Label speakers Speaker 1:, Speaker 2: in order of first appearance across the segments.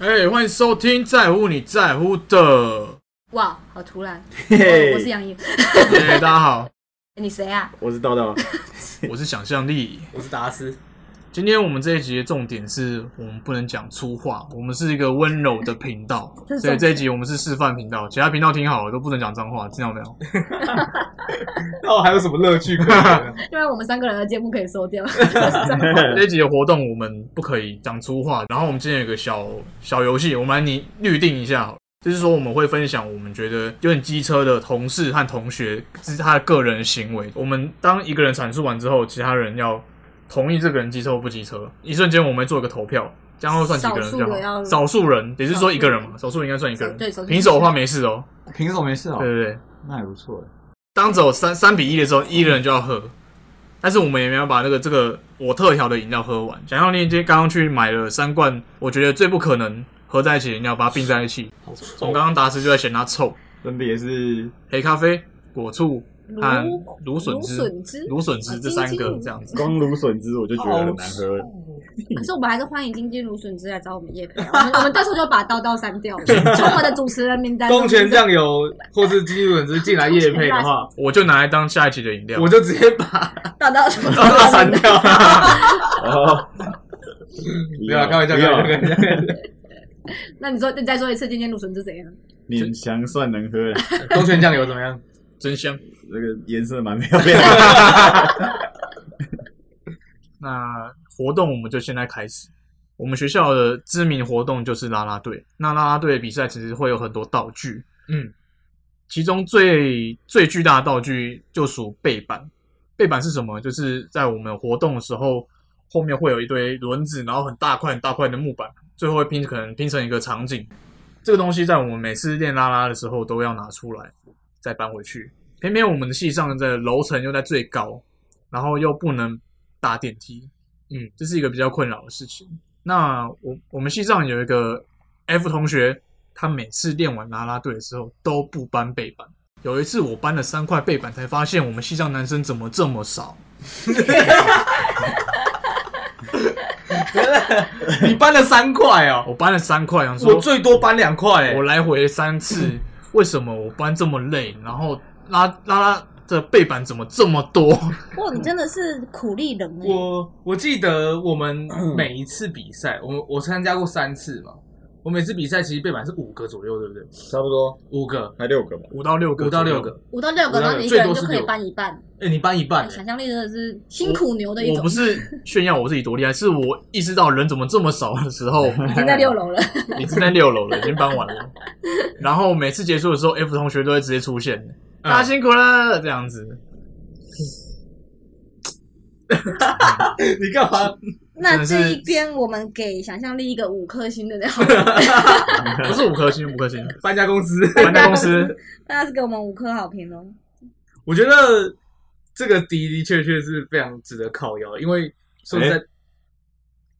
Speaker 1: 嘿，哎欢迎收听《在乎你在乎的》
Speaker 2: 哇，好突然！
Speaker 3: 嘿
Speaker 2: 我我是
Speaker 3: 嘿，
Speaker 2: 杨颖，
Speaker 1: 哎嘿，大家好，
Speaker 2: 你谁啊？
Speaker 3: 我是豆豆，
Speaker 1: 我是想象力。
Speaker 3: 我是达斯。
Speaker 1: 今天我们这一集的重点是我们不能讲粗话，我们是一个温柔的频道，
Speaker 2: 这是
Speaker 1: 所以
Speaker 2: 重点
Speaker 1: 这一集我们是示范频道，其他频道听好了都不能讲脏话，听到没有？
Speaker 3: 那我哦还有什么乐趣可 言？
Speaker 2: 因为我们三个人的节目可以收掉。
Speaker 1: 这一集的活动我们不可以讲粗话，然后我们今天有个小小游戏，我们来拟律定一下好了。就是说，我们会分享我们觉得有点机车的同事和同学，是他的个人行为。我们当一个人阐述完之后，其他人要同意这个人机车或不机车。一瞬间，我们会做一个投票，这样会算几个人
Speaker 2: 少
Speaker 1: 比
Speaker 2: 数的
Speaker 1: 较好？
Speaker 2: 要
Speaker 1: 少数人，也就是说一个人嘛，少数人应该算一个人。
Speaker 2: 对少数
Speaker 1: 平手的话没事哦。
Speaker 4: 平手没事哦
Speaker 1: 对，对对，
Speaker 4: 那也不错哎。
Speaker 1: 当只有三三比一的时候，一个人就要喝，但是我们也没有把那个这个我特调的饮料喝完。想象力今天刚刚去买了三罐，我觉得最不可能合在一起的饮料，把它并在一起。我刚刚达斯就在嫌它臭，
Speaker 3: 分别是
Speaker 1: 黑咖啡、果醋和芦
Speaker 2: 芦
Speaker 1: 啊笋
Speaker 2: 芦
Speaker 1: 汁、
Speaker 2: 笋汁啊
Speaker 1: 芦笋汁这三
Speaker 2: 哦
Speaker 1: 个这样子。
Speaker 3: 光芦笋汁，我就觉得很难喝了。
Speaker 2: 可是我们还是欢迎金金芦笋汁来找我们叶培啊，我们我们到时候就把刀刀 删掉，从我的主持人名单中。
Speaker 5: 东泉酱油或是鸡肉粉丝进来夜配的话，
Speaker 1: 我就拿来当下一期的饮料
Speaker 5: 我。就直接把
Speaker 2: 刀刀什么？
Speaker 5: 它删掉。
Speaker 3: 哦，
Speaker 5: 没有啊，开玩笑，
Speaker 3: 不
Speaker 5: 开
Speaker 3: 要
Speaker 5: 玩笑，开 玩笑。
Speaker 2: 那你说，你再说一次金金芦笋汁怎样？
Speaker 3: 勉强算能喝了，
Speaker 5: 东泉酱油怎么样？
Speaker 1: 真香。
Speaker 3: 这个颜色蛮漂亮的。
Speaker 1: 那活动我们就现在开始。我们学校的知名活动就是啦啦队。那啦啦队的比赛其实会有很多道具，
Speaker 5: 嗯，
Speaker 1: 其中最最巨大的道具就属背板。背板是什么？就是在我们活动的时候，后面会有一堆轮子，然后很大块很大块的木板，最后会拼可能拼成一个场景。这个东西在我们每次练啦啦的时候都要拿出来，再搬回去。偏偏我们的系上的楼层又在最高，然后又不能搭电梯，嗯，这是一个比较困扰的事情。那我我们系上有一个 F 同学，他每次练完啦啦队的时候都不搬背板。有一次我搬了三块背板，才发现我们系上男生怎么这么少。
Speaker 5: 你搬了三块哦，
Speaker 1: 我搬了三块，想说
Speaker 5: 我最多搬两块
Speaker 1: 我
Speaker 5: 哎。
Speaker 1: 来回三次，为什么我搬这么累？然后拉拉拉的背板怎么这么多？
Speaker 2: 哇，你真的是苦力人哎！
Speaker 5: 我我记得我们每一次比赛，我们我参加过三次嘛。我每次比赛其实背板是五个左右，对不对？
Speaker 3: 差不多
Speaker 5: 五个，
Speaker 3: 还六个吧。
Speaker 1: 五到六个，
Speaker 5: 五到六。个。
Speaker 2: 五到六个，
Speaker 5: 五到
Speaker 2: 然
Speaker 5: 六
Speaker 2: 后你一个人
Speaker 5: 最多
Speaker 2: 就是可以
Speaker 5: 六
Speaker 2: 搬一半，
Speaker 5: 哎，你搬一半
Speaker 2: 想
Speaker 5: 哎。
Speaker 2: 象力真的是辛苦牛的一
Speaker 1: 我
Speaker 2: 种
Speaker 1: 不。是炫耀我自己多厉害，是我意识到人怎么这么少的时 候，
Speaker 2: 已经在六楼了，
Speaker 1: 已经在六楼了，已经搬完了。然后每次结束的时候，F 同学都会直接出现，大家辛苦了，这样子。
Speaker 5: 你干 嘛？
Speaker 1: 真
Speaker 2: 那
Speaker 1: 的是
Speaker 2: 这一边我们给想象力一个五颗星的 好吗，
Speaker 1: 不是五颗星，五颗星。
Speaker 5: 搬家公司。
Speaker 1: 搬家公司，
Speaker 2: 大家是给我们五颗好评哦。
Speaker 5: 我觉得这个的的确确是非常值得靠腰，因为说实在，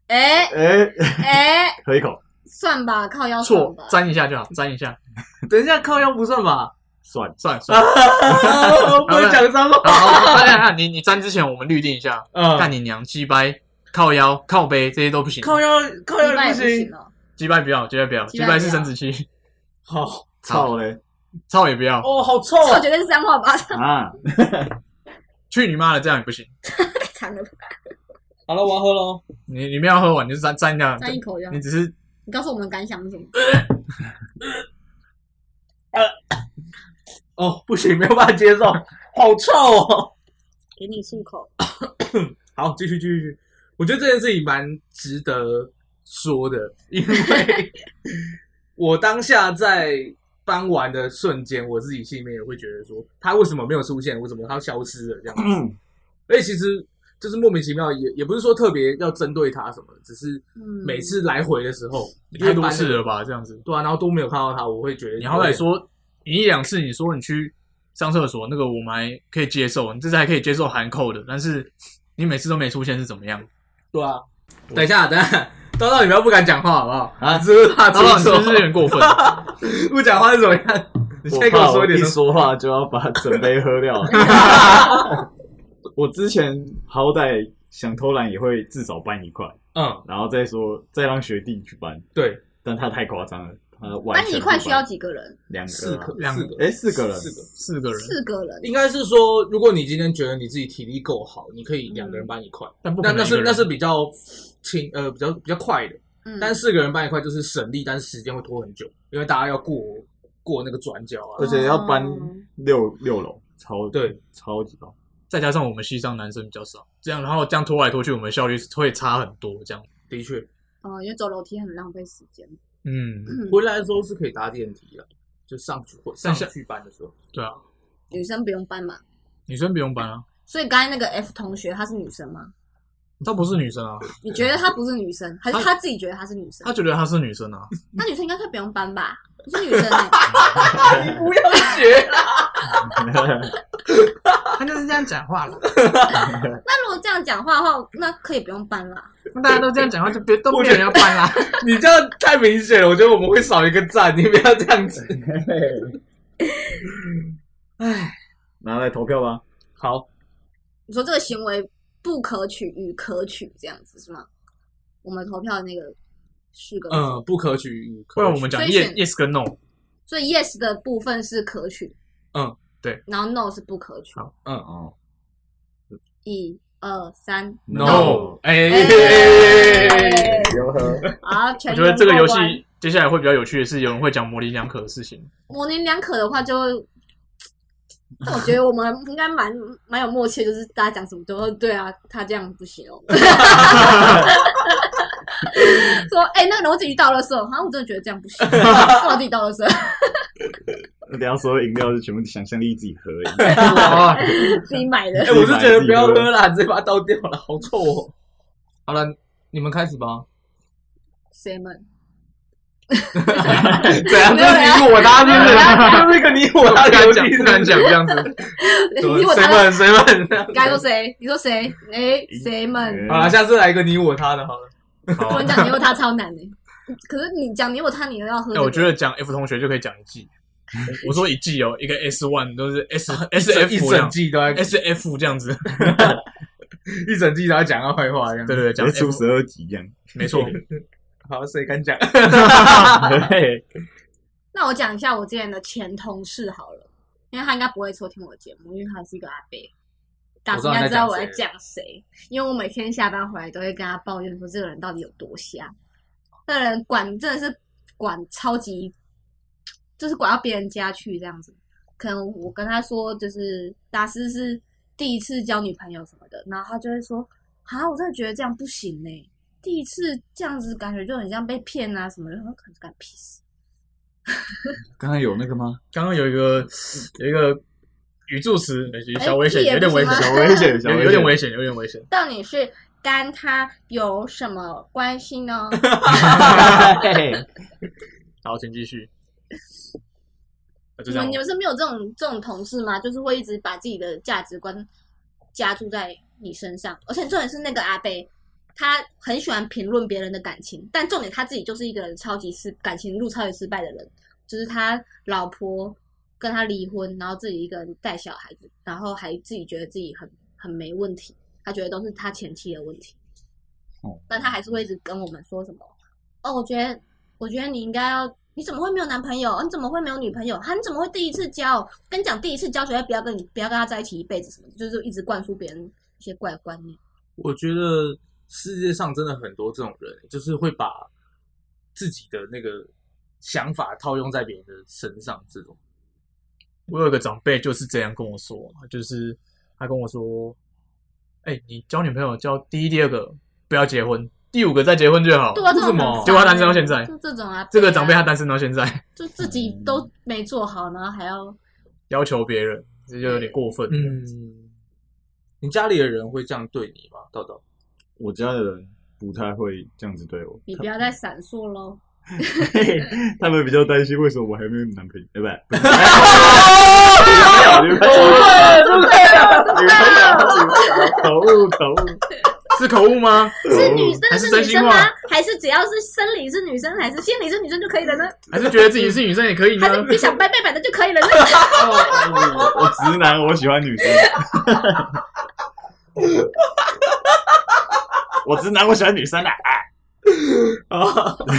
Speaker 2: 哎
Speaker 3: 哎，
Speaker 2: 哎，
Speaker 3: 喝一口，
Speaker 2: 算吧，靠腰算
Speaker 1: 错
Speaker 2: 吧，。
Speaker 1: 粘一下就好，粘一下，
Speaker 5: 等一下靠腰不算吧？
Speaker 3: 算了
Speaker 1: 算了算了。
Speaker 5: 啊我不会讲脏话。
Speaker 1: 好好，好好你你粘之前，我们预定一下。干
Speaker 5: 嗯，
Speaker 1: 你娘，鸡掰，靠腰、靠背这些都不行，
Speaker 5: 靠腰靠
Speaker 2: 一
Speaker 5: 腰
Speaker 2: 般也
Speaker 5: 不
Speaker 2: 不
Speaker 5: 行
Speaker 2: 行。哦。
Speaker 1: 鸡掰不要，鸡掰不要，
Speaker 2: 鸡
Speaker 1: 鸡
Speaker 2: 掰
Speaker 1: 掰是
Speaker 2: 不要
Speaker 1: 生殖器，
Speaker 5: 好
Speaker 3: 操嘞
Speaker 1: 操也不要，
Speaker 5: 哦，好臭
Speaker 2: 我觉得是三号 吧，
Speaker 3: 啊！
Speaker 1: 去你妈的，这样也不行。
Speaker 2: 太长了吧，
Speaker 5: 好了，我要哦喝喽。
Speaker 1: 你你们要喝完你就沾沾一下，
Speaker 2: 沾一口就好
Speaker 1: 你。只是
Speaker 2: 你告诉我们感想是什么？
Speaker 5: 哦，不行，没有办法接 受，好臭哦。
Speaker 2: 给你漱口。
Speaker 5: 好，继续继续继续。我觉得这件事情蛮值得说的，因为我当下在搬完的瞬间，我自己心里面也会觉得说，他为什么没有出现？为什么他消失了？这样子。而且其实就是莫名其妙，也也不是说特别要针对他什么，只是哎
Speaker 2: 嗯，
Speaker 5: 每次来回的时候，
Speaker 1: 你太多
Speaker 5: 事
Speaker 1: 次了？吧，这样子。
Speaker 5: 对啊，然后都没有看到他，我会觉得
Speaker 1: 你好歹说你一两次，你说你去上厕所，那个我们还可以接受，你这次还可以接受含扣的，但是你每次都没出现是怎么样？
Speaker 5: 对啊。等一下，等一下，叨叨，你不要不敢讲话好 不好？
Speaker 3: 啊
Speaker 5: 你是不是怕
Speaker 1: 阿
Speaker 5: 出
Speaker 1: 老你是
Speaker 5: 错
Speaker 1: 不？是有点 过分？
Speaker 5: 不讲话是怎么样？你
Speaker 3: 我
Speaker 5: 先给
Speaker 3: 怕
Speaker 5: 说
Speaker 3: 我
Speaker 5: 一点
Speaker 3: 一
Speaker 5: 东西
Speaker 3: 说话就要把整杯喝掉。 我之前好歹想偷懒也会至少搬一块，
Speaker 5: 嗯，
Speaker 3: 然后再说再让学弟去搬。
Speaker 5: 对，
Speaker 4: 但他太夸张了，他完
Speaker 2: 班
Speaker 4: 全
Speaker 2: 级
Speaker 4: 不
Speaker 2: 快需要
Speaker 4: 管
Speaker 2: 几个人？
Speaker 4: 两个
Speaker 3: 啊
Speaker 5: 四个
Speaker 4: 吗
Speaker 1: 两
Speaker 5: 四个
Speaker 4: 哎四个人
Speaker 5: 四个。
Speaker 1: 四个人，
Speaker 2: 四个人。
Speaker 5: 应该是说，如果你今天觉得你自己体力够好，你可以两个人搬一块，
Speaker 1: 但不可
Speaker 5: 那
Speaker 1: 能
Speaker 5: 那
Speaker 1: 一个
Speaker 5: 是
Speaker 1: 人
Speaker 5: 那是比较轻呃比较比较快的。
Speaker 2: 嗯，
Speaker 5: 但四个人搬一块就是省力，但是时间会拖很久，因为大家要过过那个转角啊
Speaker 4: 而。且要搬
Speaker 2: 哦
Speaker 4: 六六楼，超
Speaker 5: 对，
Speaker 4: 超级高。
Speaker 1: 再加上我们系上男生比较少，这样然后这样拖来拖去，我们效率会差很多。这样，
Speaker 5: 的确，
Speaker 2: 哦，因为走楼梯很浪费时间。
Speaker 1: 嗯，
Speaker 5: 回来的时候是可以搭电梯的，就上去或上
Speaker 1: 但是
Speaker 5: 去搬的时候，
Speaker 1: 对啊，
Speaker 2: 女生不用搬嘛，
Speaker 1: 女生不用搬啊，
Speaker 2: 所以刚才那个 F 同学她是女生吗？
Speaker 1: 她不是女生啊，
Speaker 2: 你觉得她不是女生，还是她自己觉得她是女生
Speaker 1: 她？觉得她是女生 啊，
Speaker 2: 那女生应该可以不用搬吧？不是女生欸
Speaker 5: 你不要学啦。
Speaker 1: 她就是这样讲话了。
Speaker 2: 那如果这样讲话的话，那可以不用搬啦。
Speaker 1: 大家都这样讲话，就别都
Speaker 5: 没有人
Speaker 1: 要搬啦。
Speaker 5: 你这样太明显了，我觉得我们会少一个赞，你不要这样子。
Speaker 4: 拿来投票吧，
Speaker 5: 好，
Speaker 2: 你说这个行为不可取与可取这样子是吗？我们投票的那个是个，
Speaker 5: 嗯，不可取与可取
Speaker 1: 不然我们讲
Speaker 2: 所以
Speaker 1: yes
Speaker 2: 选
Speaker 1: yes 跟 no，
Speaker 2: 所以 yes 的部分是可取，
Speaker 5: 嗯，
Speaker 1: 对，
Speaker 2: 然后 no 是不可取。
Speaker 1: 好嗯
Speaker 4: 哦
Speaker 2: 一二三，
Speaker 1: No
Speaker 5: 哎
Speaker 2: 哎
Speaker 4: 有喝，
Speaker 2: 好，
Speaker 1: 我
Speaker 2: 全
Speaker 1: 觉得这个
Speaker 2: 员
Speaker 1: 游戏
Speaker 2: 过关
Speaker 1: 接下来会比较有趣的是，有人会讲模棱两可的事情。
Speaker 2: 模棱两可的 话就会，但我觉得我们应该蛮蛮有默契，就是大家讲什么都说对啊，他这样 不行哦。说哎、那个人我自己倒垃圾，好像我真的觉得这样不 行，干嘛自己倒垃圾？
Speaker 4: 等一下所有饮料是全部想象力自己喝而已。
Speaker 1: 哇
Speaker 2: 自己买的
Speaker 5: 哎、。我是觉得不要喝啦，直接把它倒掉了，好臭哦。好了，你们开始吧。
Speaker 2: 谁们？
Speaker 5: 怎样？
Speaker 2: 没
Speaker 5: 这
Speaker 2: 有
Speaker 5: 是
Speaker 2: 人
Speaker 5: 你我他，是不是？就是一个你我他
Speaker 1: 不敢
Speaker 5: 流
Speaker 1: 讲，
Speaker 5: 利
Speaker 1: 不敢讲这样 子。
Speaker 2: 你我
Speaker 5: 谁
Speaker 2: 他，
Speaker 5: 问谁问？
Speaker 2: 你该说谁？你说谁？哎、谁
Speaker 1: 哎
Speaker 2: 们？
Speaker 5: 好了，下次来一个你我他的好了。
Speaker 1: 好
Speaker 2: 我
Speaker 1: 啊
Speaker 2: 跟你讲，你我他超难的、可是你讲你我他，你又要喝、
Speaker 1: 哎，我觉得讲 F 同学就可以讲一 季。我说一季哦，一个 S one 都是 S
Speaker 2: 哦
Speaker 1: S
Speaker 5: 一
Speaker 1: F 这
Speaker 5: 整
Speaker 1: 样
Speaker 5: 季都在
Speaker 1: ，S F 这样 子。
Speaker 5: 一整季都在讲他坏话一样。
Speaker 1: 对对对，讲
Speaker 4: 讲出
Speaker 1: F
Speaker 4: 十二集这样。
Speaker 1: 没错。
Speaker 5: 好，谁敢讲？
Speaker 1: 啊
Speaker 4: 对，
Speaker 2: 那我讲一下我之前的前同事好了，因为他应该不会收听我的节目，因为他是一个阿伯，大家应该知道我在讲谁。因为我每天下班回来都会跟他抱怨说，这个人到底有多瞎，这个人管真的是管超级，就是管到别人家去这样子。可能我跟他说，就是达斯是第一次交女朋友什么的，然后他就会说：“啊，我真的觉得这样不行呢、第一次这样子感觉就很像被骗啊什么的。”然后可能干屁事。
Speaker 4: 刚刚有那个吗？
Speaker 1: 刚刚有一个有一个语助词，
Speaker 2: 哎
Speaker 1: 小危险，
Speaker 2: 屁也
Speaker 1: 有
Speaker 2: 不
Speaker 1: 点危
Speaker 2: 行
Speaker 1: 险，
Speaker 2: 吗
Speaker 4: 小危险，小
Speaker 1: 有
Speaker 4: 危
Speaker 1: 有点
Speaker 4: 险，
Speaker 1: 危险，有点危险。
Speaker 2: 到底是跟他有什么关系 呢？
Speaker 4: 险。
Speaker 1: 好，请继续。啊就
Speaker 2: 你
Speaker 1: 这样
Speaker 2: 们你们身边有这种这种同事吗？就是会一直把自己的价值观加注在你身上，而且重点是那个阿贝，他很喜欢评论别人的感情，但重点他自己就是一个超级失感情路超级失败的人，就是他老婆跟他离婚，然后自己一个人带小孩子，然后还自己觉得自己很很没问题，他觉得都是他前妻的问题。
Speaker 4: 哦
Speaker 2: 但他还是会一直跟我们说什么哦，我觉得，我觉得你应该要，你怎么会没有男朋友？你怎么会没有女朋友？他你怎么会第一次交？跟你讲，第一次交绝对不要跟你不要跟他在一起一辈子什么的，就是一直灌输别人一些怪观念。
Speaker 5: 我觉得世界上真的很多这种人，就是会把自己的那个想法套用在别人的身上，这种。
Speaker 1: 我有一个长辈就是这样跟我说，就是他跟我说：“哎、你交女朋友交第一、第二个不要结婚，第五个再结婚就好。
Speaker 2: 对啊，这
Speaker 5: 为什
Speaker 2: 种
Speaker 5: 么
Speaker 2: 很烦
Speaker 1: 结果他单身到现在
Speaker 2: 就这种啊，
Speaker 1: 这个长辈
Speaker 2: 对
Speaker 1: 他嗯
Speaker 2: 啊
Speaker 1: 单身到现在，
Speaker 2: 就自己都没做好，然后还要
Speaker 1: 要求别人，这就有点过分。
Speaker 5: 嗯，你家里的人会这样对你吗？豆豆，
Speaker 4: 我家的人不太会这样子对我，
Speaker 2: 你不要再闪烁
Speaker 1: 哦
Speaker 2: 喽。
Speaker 4: 他们比较担心为什么我还没有男朋友，哎对不对？不
Speaker 1: 啊
Speaker 4: 是女朋友女朋友，女朋友，口误，口误，
Speaker 1: 是口误吗？
Speaker 2: 是女
Speaker 4: 口误，
Speaker 2: 真的
Speaker 1: 还是
Speaker 2: 女
Speaker 1: 真心
Speaker 2: 生吗
Speaker 1: 话？
Speaker 2: 还是只要是生理是女生，还是心理是女生就可以了呢？
Speaker 1: 还是觉得自己是女生也可以呢哦
Speaker 2: 还？是你想掰背板的就可以 了呢？
Speaker 4: 我我直男，我喜欢女生。我直男，我喜欢女生的、啊。
Speaker 5: 啊，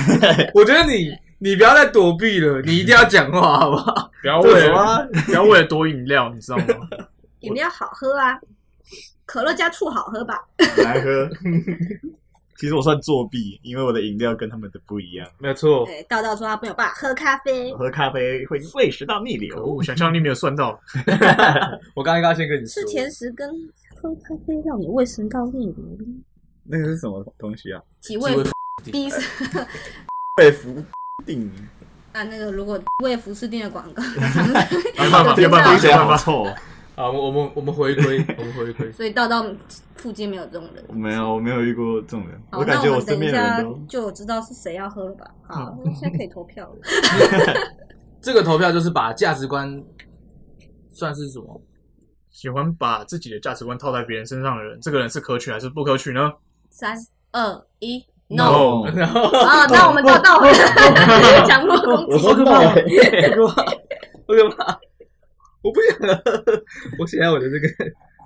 Speaker 5: 我觉得你你不要再躲避了，你一定要讲话，好不好？
Speaker 1: 不要为
Speaker 4: 对
Speaker 1: 了
Speaker 4: 啊
Speaker 1: 不要为了多饮料，你知道吗？
Speaker 2: 饮料好喝啊，可乐加醋好喝吧？
Speaker 4: 来喝。其实我算作弊，因为我的饮料跟他们的不一样。
Speaker 5: 没有错，
Speaker 2: 对，道道说他没有办法喝咖啡
Speaker 4: 我，喝咖啡会胃食道逆
Speaker 1: 可
Speaker 4: 流，
Speaker 1: 恶，想象力没有算到，
Speaker 5: 我刚才刚先跟你说
Speaker 2: 吃，甜食跟喝咖啡让你胃食道逆流，
Speaker 4: 那个是什么东西啊？
Speaker 2: 几位逼死
Speaker 4: 被服定，
Speaker 2: 啊！ 那个如果为服饰店的广告，
Speaker 1: 没办啊法，没
Speaker 4: 听
Speaker 1: 有办法，
Speaker 4: 起
Speaker 1: 没
Speaker 4: 来
Speaker 1: 办
Speaker 4: 好
Speaker 1: 法。
Speaker 4: 臭哦。
Speaker 5: 好，我我们我们回归，我们 回归。
Speaker 2: 所以道道附近没有这种人
Speaker 4: 我。没有，我没有遇过这种人，
Speaker 1: 哦
Speaker 2: 好，
Speaker 4: 嗯我感
Speaker 2: 那
Speaker 4: 觉
Speaker 2: 我们
Speaker 4: 身
Speaker 2: 等一
Speaker 4: 边的
Speaker 2: 下
Speaker 4: 人都
Speaker 2: 就知道是谁要喝了吧？好，现在可以投票了。
Speaker 5: 这个投票就是把价值观算是什么？
Speaker 1: 喜欢把自己的价值观套在别人身上的人，这个人是可取还是不可取呢？
Speaker 2: 三二一
Speaker 1: No
Speaker 5: 然后
Speaker 2: 啊！那我们道道讲过攻
Speaker 4: 我
Speaker 2: 击，
Speaker 4: 说 到了，
Speaker 5: 我怕，我可怕，我不想 喝。我写在我的这个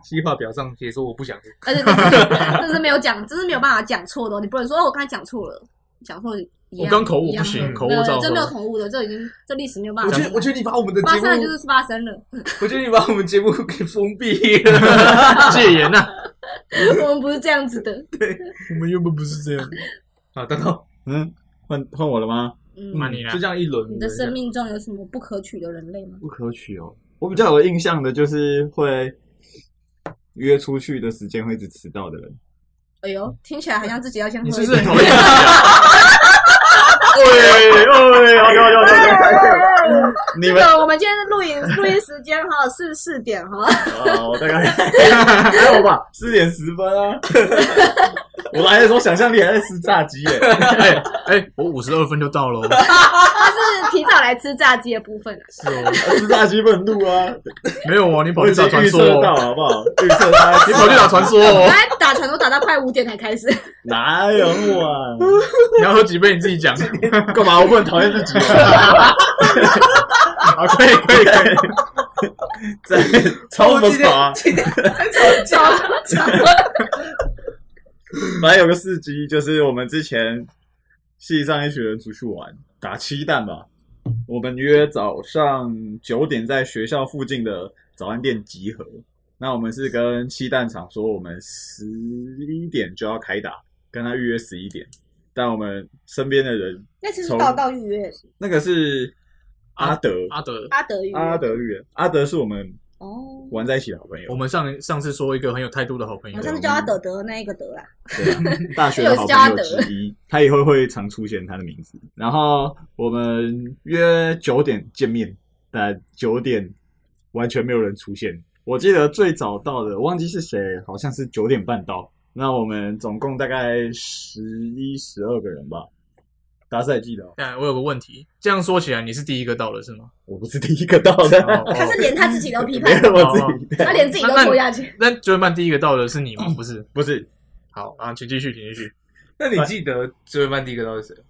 Speaker 5: 计划表上写说我不想喝。
Speaker 2: 而且这是这是没有讲，这是没有办法讲错的哦。你不能说哦，我刚才讲错了，讲错了一
Speaker 1: 我
Speaker 2: 样。
Speaker 1: 刚口误
Speaker 2: 一样
Speaker 1: 不行
Speaker 2: 的
Speaker 1: 口误
Speaker 2: 没有
Speaker 1: 照
Speaker 2: 这没有
Speaker 1: 喝
Speaker 2: 口误的，这已经这历史没有办
Speaker 5: 我
Speaker 2: 法
Speaker 5: 觉
Speaker 2: 讲。
Speaker 5: 得，我觉得你把我们的节
Speaker 2: 发生了
Speaker 5: 目，
Speaker 2: 就是发生了，
Speaker 5: 我觉得你把我们节目给封闭 了。
Speaker 1: 戒严啊呐，
Speaker 2: 我们不是这样子的。
Speaker 1: 我们又不不是这样。
Speaker 5: 好，啊等等，
Speaker 4: 嗯，换换我了吗？
Speaker 2: 嗯，
Speaker 1: 那你呢
Speaker 5: 就？这样一轮。
Speaker 2: 你的生命中有什么不可取的人类吗？
Speaker 4: 不可取哦。我比较有印象的就是会约出去的时间会一直迟到的人，
Speaker 2: 哎呦，听起来好像自己要先喝
Speaker 1: 你
Speaker 2: 一
Speaker 1: 是
Speaker 2: 杯。
Speaker 1: 不是很 讨厌自己啊？
Speaker 4: 哎
Speaker 1: 喂
Speaker 4: 哦
Speaker 1: 喂，好好好好好，
Speaker 4: 你
Speaker 2: 这
Speaker 4: 们
Speaker 2: 个我们今天的录影录音时间哈是四点哈，
Speaker 4: 哦，大概 还有吧， 四点十分啊。我来的时候想象力还在吃炸鸡耶，
Speaker 1: 哎哎，我五十二分就到了哦，
Speaker 2: 他是提早来吃炸鸡的部分啊。
Speaker 1: 是哦，
Speaker 4: 吃炸鸡不能录啊，
Speaker 1: 没有哦，你跑
Speaker 4: 我
Speaker 1: 去
Speaker 4: 已经
Speaker 1: 打传
Speaker 4: 预
Speaker 1: 说
Speaker 4: 测到
Speaker 1: 哦，
Speaker 4: 好不好？预测他
Speaker 1: 你跑去打传说
Speaker 2: 本
Speaker 1: 哦，
Speaker 2: 来打传说打到快五点才开 始，
Speaker 4: 哪有啊？
Speaker 1: 你要喝几杯你自己讲。
Speaker 4: 干嘛？我不能讨厌自己啊！
Speaker 1: 啊，可以可以可以，
Speaker 4: 在超不爽啊！
Speaker 2: 超
Speaker 1: 啊
Speaker 2: 超
Speaker 4: 本来有个事迹，就是我们之前系上一群人出去玩打七蛋吧，我们约早上九点在学校附近的早餐店集合。那我们是跟七蛋厂说，我们十一点就要开打，跟他预约十一点。但我们身边的人，
Speaker 2: 那其实
Speaker 4: 从
Speaker 2: 道道预约
Speaker 4: 那个是阿德，
Speaker 1: 阿德，
Speaker 2: 阿德预约
Speaker 4: 阿德预约，阿德是我们
Speaker 2: 哦，
Speaker 4: 玩在一起的好朋友
Speaker 1: 我，们上上次说一个很有态度的好
Speaker 5: 嗯
Speaker 1: 朋友
Speaker 2: 我，上次叫他德德那一个德啦，
Speaker 4: 对啊，大学的好朋友之一，他以后会常出现他的名字。然后我们约九点见面，但九点完全没有人出现。我记得最早到的，忘记是谁，好像是九点半到。那我们总共大概十一、十二个人吧，达赛季的哦，
Speaker 1: 哎但我有个问题，这样说起来你是第一个到的是吗？
Speaker 4: 我不是第一个到的，
Speaker 1: 哦
Speaker 2: 他是连他自己都批
Speaker 4: 没
Speaker 5: 哦
Speaker 2: 判，
Speaker 4: 有我自己的，
Speaker 2: 他连自己都拖下去。
Speaker 1: 那九点半第一个到的是你吗？不是。
Speaker 4: 不是，
Speaker 1: 好，啊，请继续，请继续。
Speaker 5: 那你记得最后班第一个到底是谁？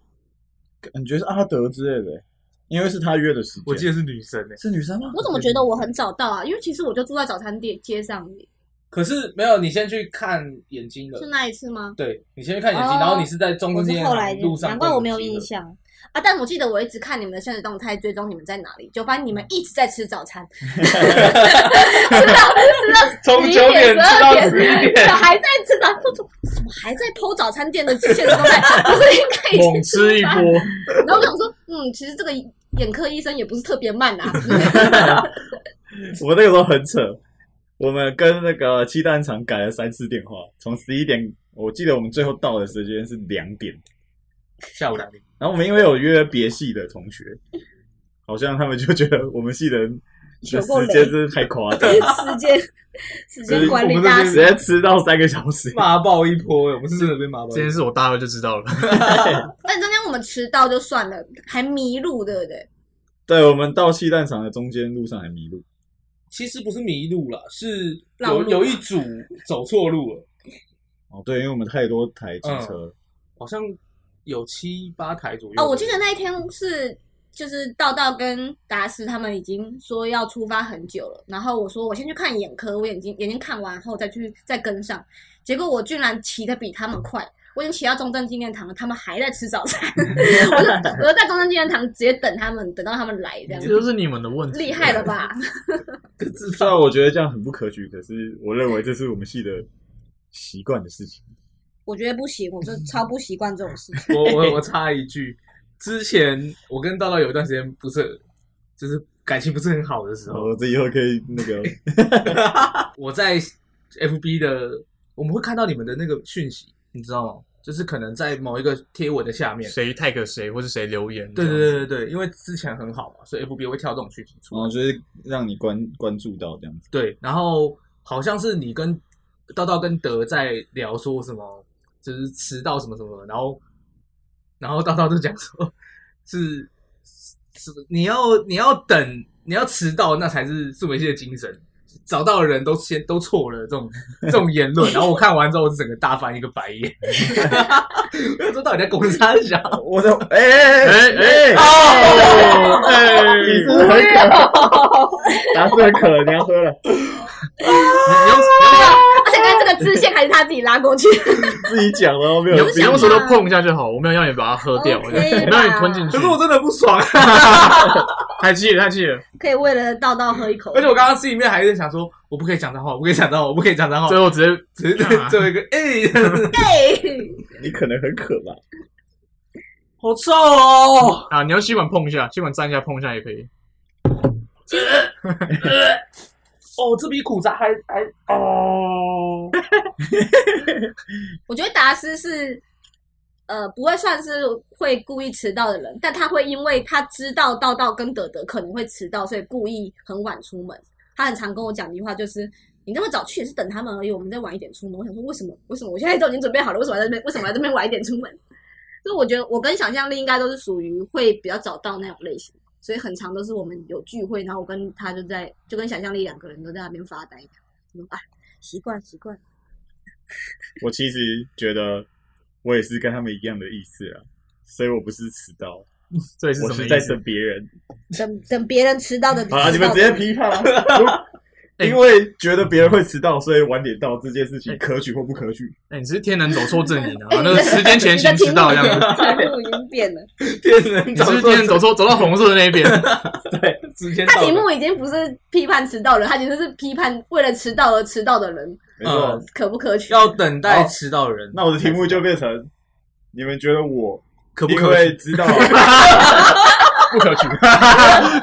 Speaker 4: 感觉是阿德之类的，因为是他约的时间。
Speaker 5: 我记得是女生诶。
Speaker 4: 是女生欸吗？
Speaker 2: 我怎么觉得我很早到啊？因为其实我就住在早餐店街上而已，
Speaker 5: 可是没有，你先去看眼睛
Speaker 2: 是
Speaker 5: 了。
Speaker 2: 那一次吗？
Speaker 5: 对你先去看眼睛，
Speaker 2: 哦
Speaker 5: 然后你是在中
Speaker 2: 我是
Speaker 5: 间啊
Speaker 2: 后来
Speaker 5: 路上，
Speaker 2: 难怪我没有印。象啊！但我记得我一直看你们的现实动态，追踪你们在哪里，就发现你们一直在吃早餐， 吃到吃到
Speaker 5: 从
Speaker 2: 11
Speaker 5: 九点吃到
Speaker 2: 12
Speaker 5: 十一
Speaker 2: 对
Speaker 5: 点，
Speaker 2: 还在吃早餐， 怎么还在剖早餐店的现实动态？不是应该已 经
Speaker 1: 猛吃一波，
Speaker 2: 然后我想说，嗯，其实这个眼科医生也不是特别慢啊，
Speaker 4: 我那个时候很扯，我们跟那个鸡蛋厂改了三次电话，从十一点，我记得我们最后到的时间是两点。
Speaker 5: 下午 两点。
Speaker 4: 然后我们因为有约别系的同学，好像他们就觉得我们系的人的
Speaker 2: 有够
Speaker 4: 时
Speaker 2: 累，
Speaker 4: 间真是太夸 张，
Speaker 2: 时间时
Speaker 4: 就
Speaker 2: 间
Speaker 4: 是
Speaker 2: 管
Speaker 4: 我
Speaker 2: 理
Speaker 4: 们
Speaker 2: 大
Speaker 4: 直
Speaker 2: 师。
Speaker 4: 接吃到三个小时。
Speaker 5: 骂爆一波、欸，我们是真的被骂爆一
Speaker 1: 这
Speaker 5: 波。
Speaker 1: 件事我大二就知道了。
Speaker 2: 但中间我们迟到就算了，还迷路，对不对？
Speaker 4: 对，我们到鸡蛋厂的中间路上还迷路，
Speaker 5: 其实不是迷路啦，是
Speaker 2: 绕
Speaker 5: 有
Speaker 2: 路啊
Speaker 5: 有一组走错路了，
Speaker 4: 哦，对，因为我们太多台机车，
Speaker 5: 好像有七八台左右。
Speaker 2: 哦，我记得那一天是就是道道跟达斯他们已经说要出发很久了，然后我说我先去看眼科，我眼睛眼睛看完后再去再跟上，结果我居然骑得比他们快，我已经骑到中正纪念堂了，他们还在吃早餐， 我就我就在中正纪念堂直接等他们，等到他们来这样
Speaker 1: 这
Speaker 2: 子，
Speaker 1: 就是你们的问题，
Speaker 2: 厉害了？吧？
Speaker 4: 虽然我觉得这样很不可取，可是我认为这是我们系的习惯的事情。
Speaker 2: 我觉得不行，我就超不习惯这种 事情。
Speaker 5: 我我我插一句，之前我跟道道有一段时间不是很，就是感情不是很好的时
Speaker 4: 然
Speaker 5: 候，
Speaker 4: 后这以后可以那个
Speaker 5: 我在 FB 的我们会看到你们的那个讯息，你知道吗？就是可能在某一个贴文的下面。
Speaker 1: 谁 tag 谁，或是谁留言？
Speaker 5: 对
Speaker 1: 这
Speaker 5: 对
Speaker 1: 样子
Speaker 5: 对对对，因为之前很好嘛，所以 FB 会跳这种讯息出来。
Speaker 4: 哦，就是让你关关注到这样子。
Speaker 5: 对，然后好像是你跟道道跟德在聊说什么，就是迟到什么什么的，然后然后道道就讲说，是是你要你要等你要迟到，那才是素梅系的精神。找到的人都先都错了，这种这种言论，然后我看完之后，我整个大翻一个白眼。我说到底在公司啥小？
Speaker 4: 我的哎哎哎
Speaker 1: 啊
Speaker 4: 哎，
Speaker 1: 哦，
Speaker 4: 你
Speaker 1: 哎
Speaker 4: 是不是很可，达斯很渴，你要喝了，
Speaker 2: 而且刚才这个支线还是他自己拉过去，
Speaker 4: 自己讲了没
Speaker 1: 你
Speaker 4: 有
Speaker 1: 用
Speaker 2: 不？
Speaker 1: 你
Speaker 2: 想
Speaker 1: 用手头
Speaker 2: 骂
Speaker 1: 碰一下就好，我没有让你把它喝掉，我
Speaker 2: OK
Speaker 1: 让你吞进去
Speaker 5: 可。是我真的不爽啊！
Speaker 1: 太气了，太气了！
Speaker 2: 可以为了道道喝一口
Speaker 5: 而。且我刚刚心里面还在想说，我不可以讲脏话，我不可以讲脏话，我不可以讲脏话
Speaker 1: 最。后直接
Speaker 5: 只是最后一个，哎、
Speaker 2: 对，
Speaker 4: 你可能很渴吧？
Speaker 5: 好臭哦！
Speaker 1: 啊，你用吸管碰一下，吸管沾一下，碰一下也可以。
Speaker 5: 哦，这比苦茶还还哦，
Speaker 2: 我觉得达斯是。呃，不会算是会故意迟到的人，但他会因为他知道道道跟德德可能会迟到，所以故意很晚出门。他很常跟我讲一句话，就是你那么早去也是等他们而已，我们再晚一点出门。我想说，为什么？为什么我现在都已经准备好了，为什么还在这边？为什么还在这边晚一点出门？ 所以我觉得我跟想象力应该都是属于会比较早到那种类型，所以很常都是我们有聚会，然后我跟他就在就跟想象力两个人都在那边发呆，嗯啊，习惯习惯。
Speaker 4: 我其实觉得我也是跟他们一样的意思啊，所以我不是迟到，
Speaker 1: 这里是
Speaker 4: 我
Speaker 1: 什么
Speaker 4: 是
Speaker 1: 意
Speaker 4: 在
Speaker 1: 思
Speaker 4: 等？别人。
Speaker 2: 等等别人迟到的，
Speaker 4: 好啊了，你们直接批判 了。因为觉得别人会迟到，所以晚点到这件事情可取或不可取。
Speaker 1: 哎、你是天能走错阵营啊！ 那个时间前行迟到这样子，
Speaker 2: 题目已经变了，
Speaker 5: 天人
Speaker 1: 你是不是天能走错走到红色的那一边？
Speaker 5: 时间
Speaker 2: 他
Speaker 5: 到
Speaker 2: 题
Speaker 5: 了，
Speaker 2: 目已经不是批判迟到了，他其实是批判为了迟到而迟到的人
Speaker 4: 没错，
Speaker 5: 嗯
Speaker 2: 可不可取？
Speaker 5: 要等待迟到的人，
Speaker 4: 那我的题目就变成：你们觉得我
Speaker 5: 可不
Speaker 4: 因
Speaker 5: 可以？
Speaker 4: 为 知道，
Speaker 1: 不 可取，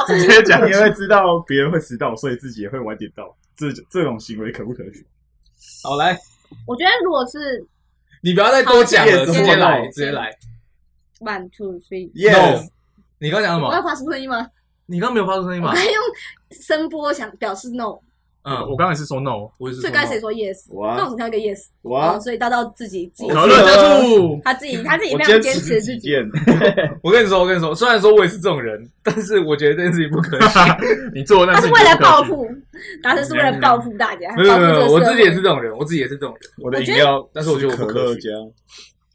Speaker 1: 直接讲
Speaker 4: 因为知道别人会迟到，所以自己也会晚点到，这这种行为可不可取？
Speaker 5: 好来，
Speaker 2: 我觉得如果是
Speaker 5: 你不要再多讲了，
Speaker 4: 好
Speaker 5: 直
Speaker 4: 谢谢
Speaker 5: 接来，
Speaker 4: 谢谢
Speaker 5: 直接来。
Speaker 2: one two three，
Speaker 5: No，你刚讲什
Speaker 2: 我要
Speaker 5: 么？
Speaker 2: 发出声音吗？
Speaker 5: 你刚没有发出声音
Speaker 2: 我
Speaker 5: 嘛
Speaker 2: 刚？用声波想表示 no，
Speaker 5: 嗯，
Speaker 1: 我刚才是说 no，
Speaker 5: 我也是
Speaker 2: 所以
Speaker 5: 说 no。
Speaker 2: 刚才谁说 yes？那我
Speaker 4: 哇
Speaker 2: 只挑一个 yes，
Speaker 4: 哇
Speaker 2: 嗯！所以到到自己自己
Speaker 1: 讨论加 入。
Speaker 2: 他自己他自己
Speaker 4: 啊我
Speaker 2: 非常坚
Speaker 4: 坚
Speaker 2: 持
Speaker 4: 持
Speaker 2: 自
Speaker 4: 己
Speaker 2: 己，
Speaker 4: 见，
Speaker 5: 我跟你说，我跟你说，虽然说我也是这种人，但是我觉得这件事情不可取。
Speaker 1: 你做的
Speaker 2: 他
Speaker 1: 那
Speaker 2: 是
Speaker 1: 事
Speaker 2: 为了
Speaker 1: 情
Speaker 2: 报
Speaker 1: 不可取，
Speaker 2: 复，达成是为了报复大家，
Speaker 5: 没有没有没
Speaker 2: 报
Speaker 5: 有，
Speaker 2: 复
Speaker 5: 我
Speaker 2: 这个社会
Speaker 5: 自己也是这种人，我自己也是这种人。
Speaker 4: 我
Speaker 2: 我
Speaker 4: 的
Speaker 2: 觉
Speaker 4: 饮
Speaker 2: 得
Speaker 4: 料，
Speaker 5: 但是我觉得我
Speaker 4: 可
Speaker 5: 不可
Speaker 4: 乐
Speaker 5: 取
Speaker 4: 加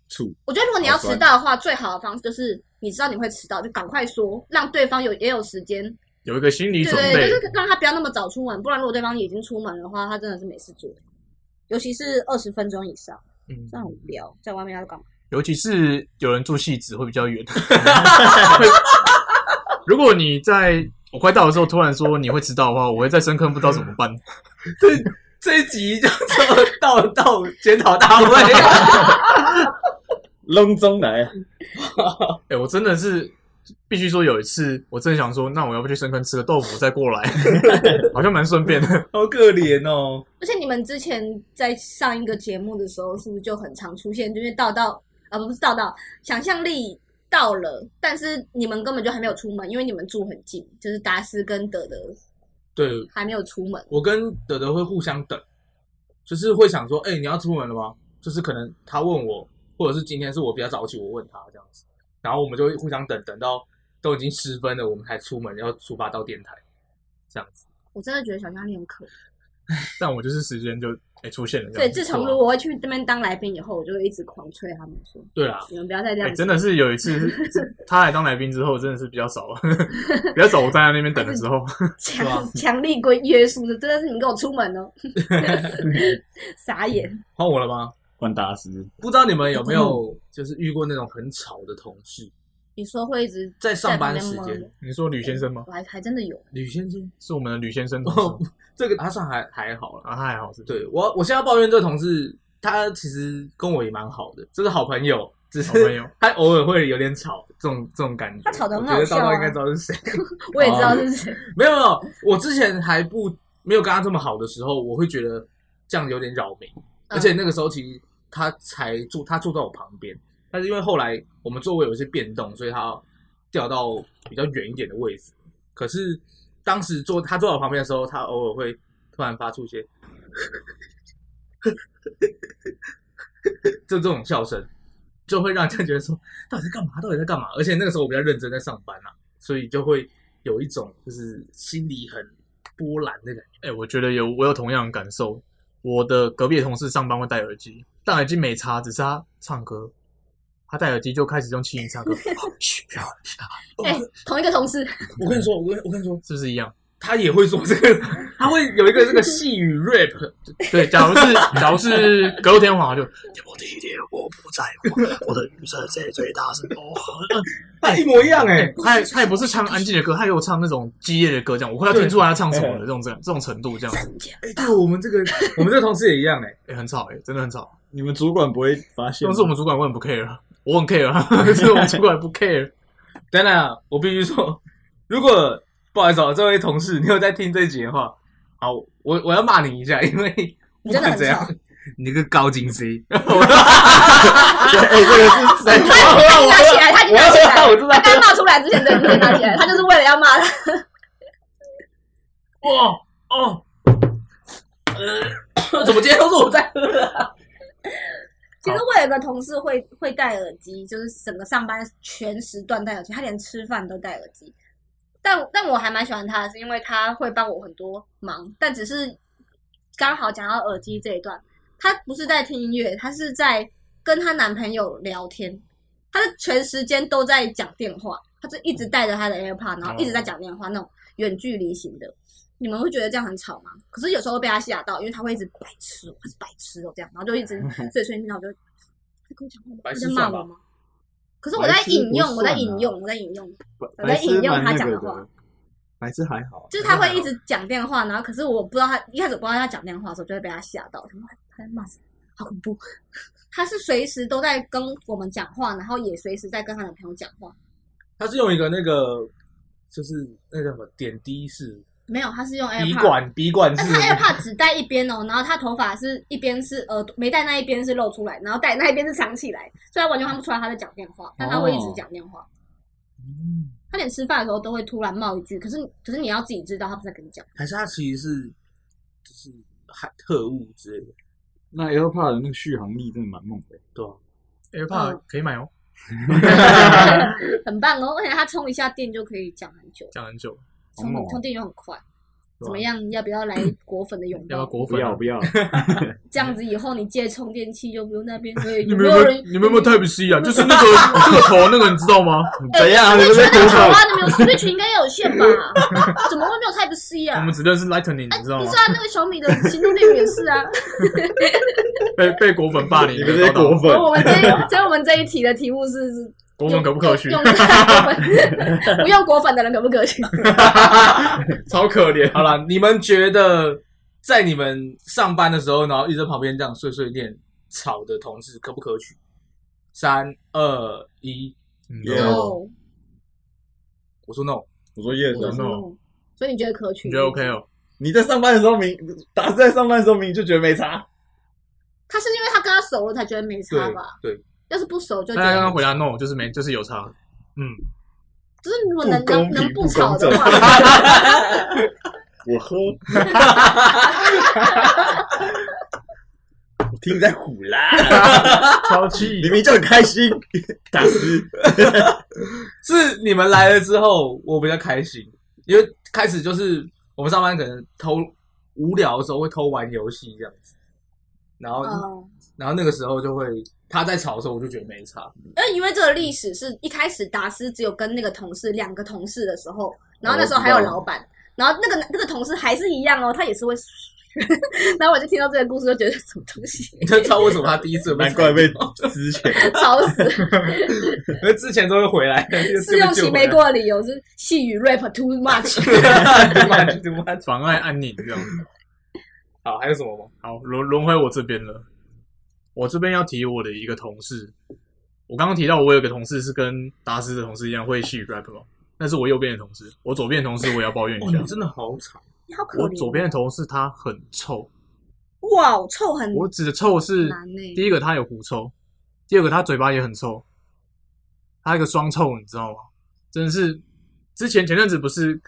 Speaker 4: 醋。
Speaker 2: 我觉得如果你要
Speaker 4: 好
Speaker 2: 迟
Speaker 4: 酸
Speaker 2: 到的话，最好的方式就是你知道你会迟到，就赶快说，让对方有也有时间，
Speaker 1: 有一个心理
Speaker 2: 对
Speaker 1: 准
Speaker 2: 对，
Speaker 1: 备
Speaker 2: 就。是让他不要那么早出门，不然如果对方已经出门的话，他真的是没事做，尤其是二十分钟以上，
Speaker 1: 嗯
Speaker 2: 这样很无聊，在外面要干嘛？
Speaker 1: 尤其是有人住戏子会比较远。 如果你在我快到的时候突然说你会迟到的话，我会在深坑不知道怎么办。
Speaker 2: 嗯
Speaker 5: 这一集叫做“道道检讨大 会”。
Speaker 4: 隆中来，啊
Speaker 1: 哎、我真的是必须说，有一次我真的想说，那我要不去深坑吃个豆腐再过来， 好像蛮顺便的。
Speaker 5: 好可怜哦！
Speaker 2: 而且你们之前在上一个节目的时候，是不是就很常出现，就是道道啊，不是道道，想象力到了，但是你们根本就还没有出门，因为你们住很近，就是达斯跟德德
Speaker 5: 对
Speaker 2: 还没有出门。
Speaker 5: 我跟德德会互相等，就是会想说，哎、你要出门了吗？就是可能他问我，或者是今天是我比较早起，我问他这样子，然后我们就会互相等，等到都已经十分了，我们才出门，要出发到电台，这样子。
Speaker 2: 我真的觉得想象力很可爱。
Speaker 1: 但我就是时间就哎、出现了这
Speaker 2: 所以
Speaker 1: 样子。
Speaker 2: 自从
Speaker 1: 对啊
Speaker 2: 如果会去那边当来宾以后，我就会一直狂催他们说，
Speaker 5: 对啦，
Speaker 2: 你们不要再这
Speaker 1: 哎、
Speaker 2: 样子。
Speaker 1: 真的是有一次 他来当来宾之后，真的是比较少，啊 比较少我站在那边等的时候。
Speaker 5: 吧
Speaker 2: 强 强力 规约束的，真的是你给我出门哦，傻眼。
Speaker 5: 换我了吗？
Speaker 4: 万达斯，
Speaker 5: 不知道你们有 没有就是遇过那种很吵的同事，
Speaker 2: 你说会一直
Speaker 5: 在上班时
Speaker 2: 在那边
Speaker 5: 间
Speaker 2: 吗，
Speaker 1: 你说吕先生吗？
Speaker 2: 我还还真的有，
Speaker 5: 吕先生，
Speaker 1: 是我们的吕先生同
Speaker 5: 哦
Speaker 1: 事，
Speaker 5: 这个他算还还好啦。
Speaker 1: 啊，他还好是不是？
Speaker 5: 对我，我现在抱怨这个同事，他其实跟我也蛮好的，这是好朋友，只是
Speaker 1: 好朋友
Speaker 5: 他偶尔会有点吵，这种这种感觉。
Speaker 2: 他吵得很
Speaker 5: 我
Speaker 2: 好
Speaker 5: 觉得
Speaker 2: 笑
Speaker 5: 大家
Speaker 2: 啊
Speaker 5: 应该知道是谁。
Speaker 2: 我也知道是谁。
Speaker 5: 没有没有，我之前还不没有跟他这么好的时候，我会觉得这样有点扰民，而且那个时候其实他才坐他坐在我旁边，但是因为后来我们座位有一些变动，所以他调到比较远一点的位置。可是当时坐他坐在我旁边的时候，他偶尔会突然发出一些就这种笑声，就会让人家觉得说到底在干嘛？到底在干嘛？而且那个时候我比较认真在上班啊，所以就会有一种就是心里很波澜的感觉。
Speaker 1: 哎、我觉得有我有同样的感受。我的隔壁的同事上班会戴耳机，戴耳机没差，只是他唱歌，他戴耳机就开始用轻音 唱歌，哦嘘
Speaker 5: 哦
Speaker 2: 哎，同一个同事，
Speaker 5: 我跟你说，我跟我跟你说，
Speaker 1: 是不是一样？
Speaker 5: 他也会做这个，他会有一个这个细语 rap，
Speaker 1: 对，假如是假如是隔天晚上就
Speaker 5: 他一模一样哎、
Speaker 1: 哦嗯他也他也不是唱安静的歌，他给我唱那种激烈的歌，这样我快要听出来他唱什么了，这种这这种程度这样，
Speaker 5: 哎、对我们这个我们这个同事也一样哎、
Speaker 1: 哎、很吵哎、真的很吵。
Speaker 4: 你们主管不会发现吗？
Speaker 1: 但是我们主管我很不 care，我啊很 care，可是我们主管不 care。
Speaker 5: 等等啊，我必须说，如果不好意思、哦，这位同事，你有在听这一集的话，好，我我要骂你一下，因 为
Speaker 2: 你真的很
Speaker 5: 不管怎样
Speaker 2: 吵，
Speaker 5: 你这个高精 C，
Speaker 4: 哎，这个是在
Speaker 2: 他已经拿起来，他已经拿起来，
Speaker 5: 我知道
Speaker 2: 他刚骂出来之前就已经拿起来，他就是为了要骂他。
Speaker 5: 哇哦，呃，怎么今天都是我在喝啊？
Speaker 2: 其实我有一个同事会会戴耳机，就是整个上班全时段戴耳机，他连吃饭都戴耳机。但但我还蛮喜欢他的，是因为他会帮我很多忙。但只是刚好讲到耳机这一段，他不是在听音乐，他是在跟她男朋友聊天，他是全时间都在讲电话，他就一直带着他的 AirPod，然后一直在讲电话，那种远距离型的。你们会觉得这样很吵吗？可是有时候会被他吓到，因为他会一直白痴哦，他是白痴哦这样，然后就一 直碎碎念，然后我就他跟我讲话吗？
Speaker 5: 白
Speaker 2: 他
Speaker 5: 痴
Speaker 2: 在骂
Speaker 5: 算吧
Speaker 2: 我吗？可是我在引用，我在
Speaker 4: 白痴不算啊
Speaker 2: 引用，我在引用，我
Speaker 4: 白
Speaker 2: 在
Speaker 4: 痴
Speaker 2: 引用
Speaker 4: 蛮
Speaker 2: 他
Speaker 4: 那
Speaker 2: 讲
Speaker 4: 个
Speaker 2: 的话
Speaker 4: 的，白痴还好啊，
Speaker 2: 就是他会一直讲电话，然后可是我不知道他一开始不知道他讲电话的时候，就会被他吓到，他他在骂什么？好恐怖！ 他是随时都在跟我们讲话，然后也随时在跟他的朋友讲话。
Speaker 5: 他是用一个那个，就是那叫什么点滴式
Speaker 2: 没有，他是用
Speaker 5: 鼻
Speaker 2: AirPod，
Speaker 5: 管鼻管
Speaker 2: 但
Speaker 5: 式
Speaker 2: 是
Speaker 5: 的
Speaker 2: 他
Speaker 5: 那个，
Speaker 2: AirPod 只戴一边哦，然后他头发是一边是呃没戴那一边是露出来，然后戴那一边是藏起来，所以他完全看不出来他在讲电话，但他会一
Speaker 1: 哦
Speaker 2: 直讲电话。
Speaker 1: 嗯
Speaker 2: 他连吃饭的时候都会突然冒一句，可是可是你要自己知道他不是在跟你 讲。
Speaker 5: 还是他其实是就是海特务之类的，
Speaker 4: 那 AirPod 的那个续航力真的蛮猛的。
Speaker 5: 对吧？
Speaker 1: AirPod 可以买哦，
Speaker 2: 很棒哦，而且它充一下电就可以讲很久，
Speaker 1: 讲很久，
Speaker 4: 好
Speaker 2: 充
Speaker 4: 猛哦
Speaker 2: 充电又很快。
Speaker 1: 对吧啊
Speaker 2: 怎么样？要不要来果粉的拥
Speaker 1: 要不要
Speaker 2: 抱？
Speaker 1: 果粉
Speaker 4: 不
Speaker 1: 啊？
Speaker 4: 要不 要，
Speaker 2: 这样子以后你借充电器就不用 那边。对，
Speaker 1: 你
Speaker 2: 有
Speaker 1: 们
Speaker 2: 没
Speaker 1: 有没有
Speaker 2: 人？
Speaker 1: 你们有没有 Type C 啊？就是那个那个头那个，你知道吗？
Speaker 4: 怎样？你们在
Speaker 2: 有
Speaker 4: 鼓
Speaker 2: 啊
Speaker 4: 掌？，
Speaker 2: 你们有 Switch 应该也有线 吧？怎么会没有 Type C
Speaker 1: 我
Speaker 2: 啊？
Speaker 1: 们只认识 Lightning，你知道
Speaker 2: 不
Speaker 1: 吗
Speaker 2: 是？啊，那个小米的行动电源也是 啊。
Speaker 1: 被 被果粉霸凌，
Speaker 4: 你们这些果
Speaker 2: 所以
Speaker 4: 粉，
Speaker 2: 我们这一，所以我们这一题的题目是是
Speaker 1: 果粉可不可取
Speaker 2: 用？用不用果粉的 人可不 可取？
Speaker 1: 超可怜。
Speaker 5: 好了，你们觉得在你们上班的时候，然后一直在旁边这样碎碎念吵的同事可不可取？三二一，
Speaker 4: 有
Speaker 1: 哦
Speaker 2: No，
Speaker 5: 我说 no，
Speaker 4: 我说啊叶
Speaker 2: 我
Speaker 4: 总，
Speaker 2: 说 no 所以你觉得可取？
Speaker 1: 你觉得 OK 哦？
Speaker 4: 你在上班的时候明，打字在上班的时候明就觉得没差。
Speaker 2: 他是因为他跟他熟了才觉得没差
Speaker 5: 对
Speaker 2: 吧？
Speaker 5: 对，
Speaker 2: 要是不熟就觉
Speaker 1: 大家刚
Speaker 2: 得
Speaker 1: 刚，回答 no，就是没，就是有差。
Speaker 2: 就是如果能
Speaker 4: 不公
Speaker 2: 能
Speaker 4: 平
Speaker 2: 能
Speaker 4: 不
Speaker 2: 吵
Speaker 4: 公
Speaker 2: 的
Speaker 4: 正
Speaker 2: 话，
Speaker 4: 我喝，我听你在唬啦，
Speaker 1: 超气
Speaker 4: 你 明就很开心，打 死。
Speaker 5: 是你们来了之后，我比较开心，因为开始就是我们上班可能偷无聊的时候会偷玩游戏这样子，然后、
Speaker 2: 嗯，
Speaker 5: 然后那个时候就会他在吵的时候，我就觉得没差，
Speaker 2: 因为因为这个历史是一开始达斯只有跟那个同事两个同事的时候，然后那时候还有老板，然后那个那个同事还是一样哦，他也是会 然后我就听到这个故事，就觉得什么东西
Speaker 5: 你知道为什么他第一次被
Speaker 4: 难怪被之前
Speaker 2: 吵死，
Speaker 5: 因为之前都会回来，
Speaker 2: 试用期没过的理由是细雨 rap too much。
Speaker 5: 啊
Speaker 1: 妨碍安宁这样子。
Speaker 5: 好，还有什么吗？
Speaker 1: 好，轮轮回我这边了。我这边要提我的一个同事，我刚刚提到我有个同事是跟达斯的同事一样会细语 rap 嘛，那是我右边的同事，我左边的同事我也要抱怨一
Speaker 5: 哇，
Speaker 2: 哦
Speaker 1: 下
Speaker 5: 哦你。真的好惨，
Speaker 2: 你 好可怜。
Speaker 1: 我左边的同事他很臭，
Speaker 2: 哇，我臭很
Speaker 1: 我指的臭是
Speaker 2: 难呢。
Speaker 1: 第一个他有狐臭，第二个他嘴巴也很臭，他一个双臭，你知道吗？真的是之前前阵子不是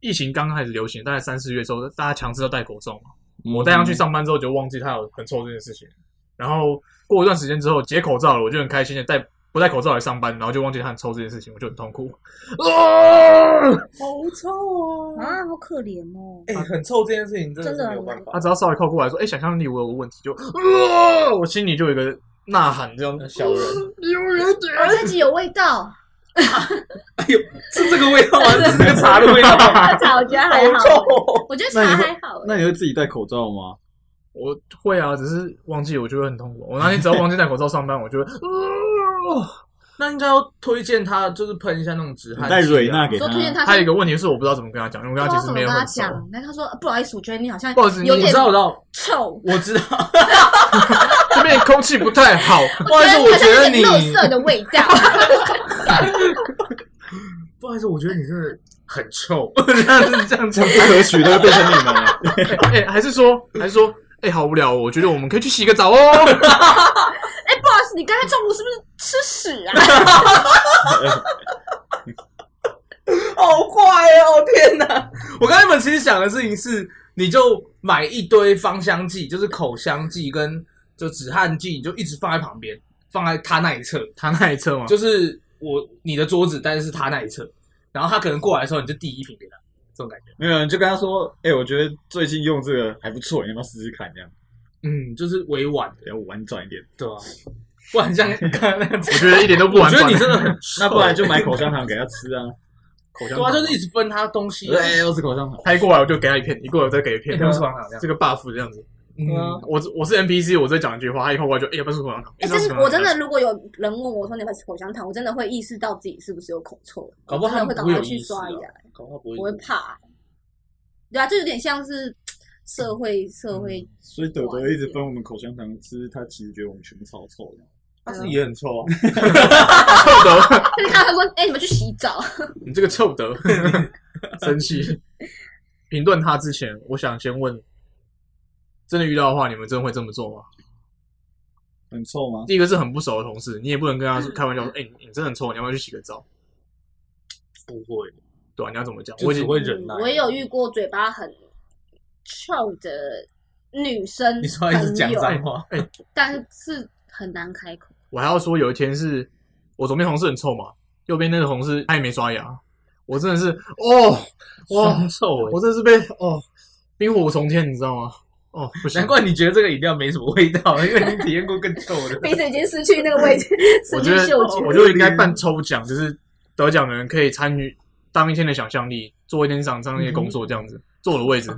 Speaker 1: 疫情刚开始流行，大概三四月的时候，大家强制要戴口罩嘛。我戴上
Speaker 4: 嗯
Speaker 1: 去上班之后就忘记他有很臭这件事情，然后过一段时间之后解口罩了，我就很开心的戴不戴口罩来上班，然后就忘记他很臭这件事情，我就很痛苦。啊！
Speaker 5: 好臭哦！
Speaker 2: 啊，好可怜哦！
Speaker 5: 哎、很臭这件事情真的
Speaker 2: 真的
Speaker 5: 是没有
Speaker 2: 很
Speaker 5: 办
Speaker 1: 他
Speaker 5: 法。
Speaker 1: 只要稍微靠过来说：“哎、想象力我有个问题。就”啊我心里就有一个呐喊，这样
Speaker 5: 那小人
Speaker 1: 有人点
Speaker 2: 我哦这集有味道，
Speaker 5: 是这个味道吗？是哦这个茶的 味道吗？
Speaker 2: 茶我觉得还
Speaker 5: 好臭
Speaker 2: 好，
Speaker 5: 哦！
Speaker 2: 我觉得茶还好。
Speaker 4: 那你会自己戴口罩吗？
Speaker 1: 我会啊，只是忘记我就会很痛苦。我那天只要忘记戴口罩上班，我 就会。呃啊
Speaker 5: 那应该要推荐他，就是喷一下那种止汗
Speaker 4: 你
Speaker 5: 剂啊。
Speaker 4: 戴蕊娜给
Speaker 2: 说
Speaker 4: 他
Speaker 2: 推，荐他
Speaker 1: 还有
Speaker 2: 是
Speaker 1: 一个问题是我不知道怎么跟他讲，因为我
Speaker 2: 不
Speaker 1: 跟
Speaker 2: 知
Speaker 1: 他
Speaker 2: 道
Speaker 1: 其实
Speaker 2: 怎么
Speaker 1: 没
Speaker 2: 跟
Speaker 1: 有
Speaker 2: 他
Speaker 1: 很熟。
Speaker 2: 讲，但他说呃不好意思，我觉得你好像
Speaker 1: 不好意思，你
Speaker 2: 有
Speaker 5: 我
Speaker 2: 点
Speaker 5: 知道，我知道，
Speaker 2: 臭，
Speaker 5: 我知道。
Speaker 1: 这边空气不太好，
Speaker 5: 不好意思，
Speaker 2: 好
Speaker 5: 我
Speaker 2: 像
Speaker 5: 觉
Speaker 2: 有
Speaker 5: 得
Speaker 2: 点
Speaker 5: 你，
Speaker 2: 垃圾的味道。
Speaker 5: 不好意思，我觉得你真的很臭。
Speaker 1: 这样
Speaker 4: 这
Speaker 1: 讲
Speaker 4: 样。不可取都会变成你们。啊
Speaker 1: 哎、还是说，还是说，哎、好无聊、哦，我觉得我们可以去洗个澡哦。
Speaker 2: 哎，不好意思，你刚才中午是不是吃屎啊？
Speaker 5: 好快哦！天哪！我刚才们其实想的事情是，你就买一堆芳香剂，就是口香剂跟就止汗剂，你就一直放在旁边，放在他那一侧，
Speaker 1: 他那一侧吗？
Speaker 5: 就是我你的桌子，但是他那一侧。然后他可能过来的时候，你就递一瓶给他，这种感觉。
Speaker 4: 没有，你就跟他说，哎、我觉得最近用这个还不错，你要不要试试看？这样，
Speaker 5: 嗯，就是委婉的，
Speaker 4: 然后婉转一点。
Speaker 5: 对啊？不然像刚刚那样子，
Speaker 1: 我觉得一点都不
Speaker 5: 我
Speaker 1: 婉
Speaker 5: 觉得
Speaker 1: 转
Speaker 5: 你。真的很臭
Speaker 4: 那不然就买口香糖给他吃啊。
Speaker 1: 口香
Speaker 5: 对
Speaker 1: 糖
Speaker 5: 啊，就是一直分他东西，啊哎
Speaker 4: 对，又是口香糖。
Speaker 1: 拍过来我就给他一片，一过来我再给一片，
Speaker 5: 都是黄糖这样。
Speaker 1: 这个 buff 这样子。
Speaker 5: 嗯，
Speaker 1: 我我是 NPC，我再讲一句话，他一靠过来就哎，要不要吃口香糖？要
Speaker 2: 哎，
Speaker 1: 不
Speaker 2: 就
Speaker 1: 要吃
Speaker 2: 是
Speaker 1: 口香
Speaker 2: 我
Speaker 1: 糖
Speaker 2: 真的，如果有人问我说你要不要吃口香糖，我真的会意识到自己是不是有口臭，
Speaker 5: 搞不好他
Speaker 2: 我真的
Speaker 5: 不
Speaker 2: 会
Speaker 5: 会
Speaker 2: 赶
Speaker 5: 有
Speaker 2: 快去
Speaker 5: 意识
Speaker 2: 刷
Speaker 5: 啊
Speaker 2: 牙。
Speaker 5: 搞不好不会
Speaker 2: 我会
Speaker 5: 有意识。
Speaker 2: 怕。对啊，就有点像是社会社会，
Speaker 4: 所以朵朵一直分我们口香糖吃，他其实觉得我们全部超臭的。
Speaker 5: 他自己也很臭啊。
Speaker 1: 臭德，
Speaker 5: 嗯
Speaker 2: 就是看 他说，哎、你们去洗澡，
Speaker 1: 你这个臭德， 生气。评论他之前，我想先问，真的遇到的话，你们真的会这么做吗？
Speaker 4: 很臭吗？
Speaker 1: 第一个是很不熟的同事，你也不能跟他说开玩笑说，哎、你你真的很臭，你要不要去洗个澡？
Speaker 5: 不会，
Speaker 1: 对吧、啊你要怎么讲？
Speaker 5: 就
Speaker 1: 我已
Speaker 5: 只
Speaker 1: 经
Speaker 5: 会忍耐。
Speaker 2: 我也有遇过嘴巴很臭的女生
Speaker 5: 你说
Speaker 2: 朋
Speaker 5: 他一
Speaker 2: 友
Speaker 5: 直，讲脏话，
Speaker 2: 但是很难开 口。
Speaker 1: 我还要说，有一天是我左边同事很臭嘛，右边那个同事他也没刷牙，我真的是哦，哇
Speaker 5: 双，臭哎
Speaker 1: 我！真的是被哦冰火重天，你知道吗？哦，不行，
Speaker 5: 难怪你觉得这个饮料没什么味道，因为你体验过更臭的。
Speaker 2: 鼻子已经失去那个味 觉，
Speaker 1: 我觉
Speaker 2: 失去
Speaker 1: 得
Speaker 2: 嗅觉。
Speaker 1: 我就应该办抽奖，就是得奖的人可以参与当一天的想象力，做一天想象力的工作，这样子、坐我的位置，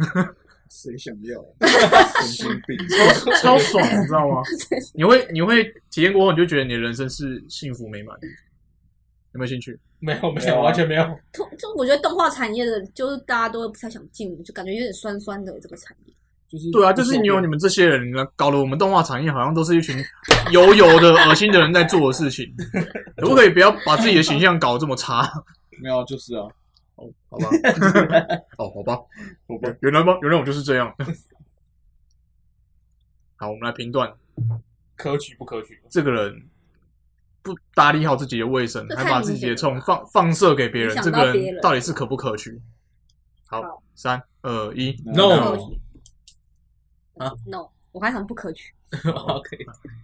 Speaker 4: 谁想要？啊 神经病！
Speaker 1: 超爽，你知道吗？你会你会体验过后，你就觉得你的人生是幸福美满的。有没有兴趣？
Speaker 5: 没有没
Speaker 4: 没有
Speaker 5: 有，
Speaker 4: 啊
Speaker 5: 完全没有。
Speaker 2: 就就我觉得动画产业的，就是大家都不太想进入，就感觉有点酸酸的这个产业。
Speaker 5: 就是
Speaker 1: 对啊，就是你有你们这些人，搞得我们动画产业好像都是一群油油的、恶心的人在做的事 情。可不可以不要把自己的形象搞得这么差？
Speaker 4: 没有，就是啊，
Speaker 1: 好吧， 哦，好吧，
Speaker 4: 我不
Speaker 1: 原来吗？原来我就是这样。 好，我们来评断
Speaker 5: 可取不可取。
Speaker 1: 这个人不打理好自己的卫生，
Speaker 2: 这太
Speaker 1: 还把
Speaker 2: 明
Speaker 1: 自己的
Speaker 2: 显
Speaker 1: 痛放放射给别人
Speaker 2: 影，响
Speaker 1: 这
Speaker 2: 到
Speaker 1: 个
Speaker 2: 别人
Speaker 1: 人到底是可不可取？好嗯
Speaker 2: 好，
Speaker 1: 三二一
Speaker 5: No 啊
Speaker 2: ，no，我还想不可取，
Speaker 5: OK，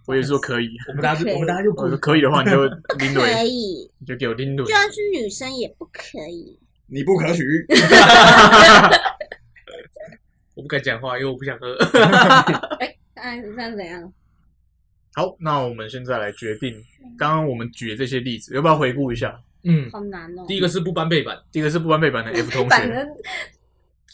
Speaker 1: 我也说可以，
Speaker 5: 我们大家就
Speaker 2: OK
Speaker 5: 我们大家就
Speaker 1: 我
Speaker 5: 过
Speaker 1: 说。可以的话，你就拎
Speaker 2: 可
Speaker 1: 对，
Speaker 2: 以。
Speaker 1: 你就给我拎对
Speaker 2: 就。算是女生也不可以。
Speaker 4: 你不可取。
Speaker 5: 我不敢讲话，因为我不想喝。
Speaker 2: 哎，你看怎样？
Speaker 1: 好，那我们现在来决定，刚刚我们举的这些例子，要不要回顾一下？
Speaker 5: 嗯，
Speaker 2: 好难哦。
Speaker 5: 第一个是不搬背板，
Speaker 1: 第一个是不搬背板的 F 同
Speaker 2: 反
Speaker 1: 学，
Speaker 2: 正
Speaker 1: 然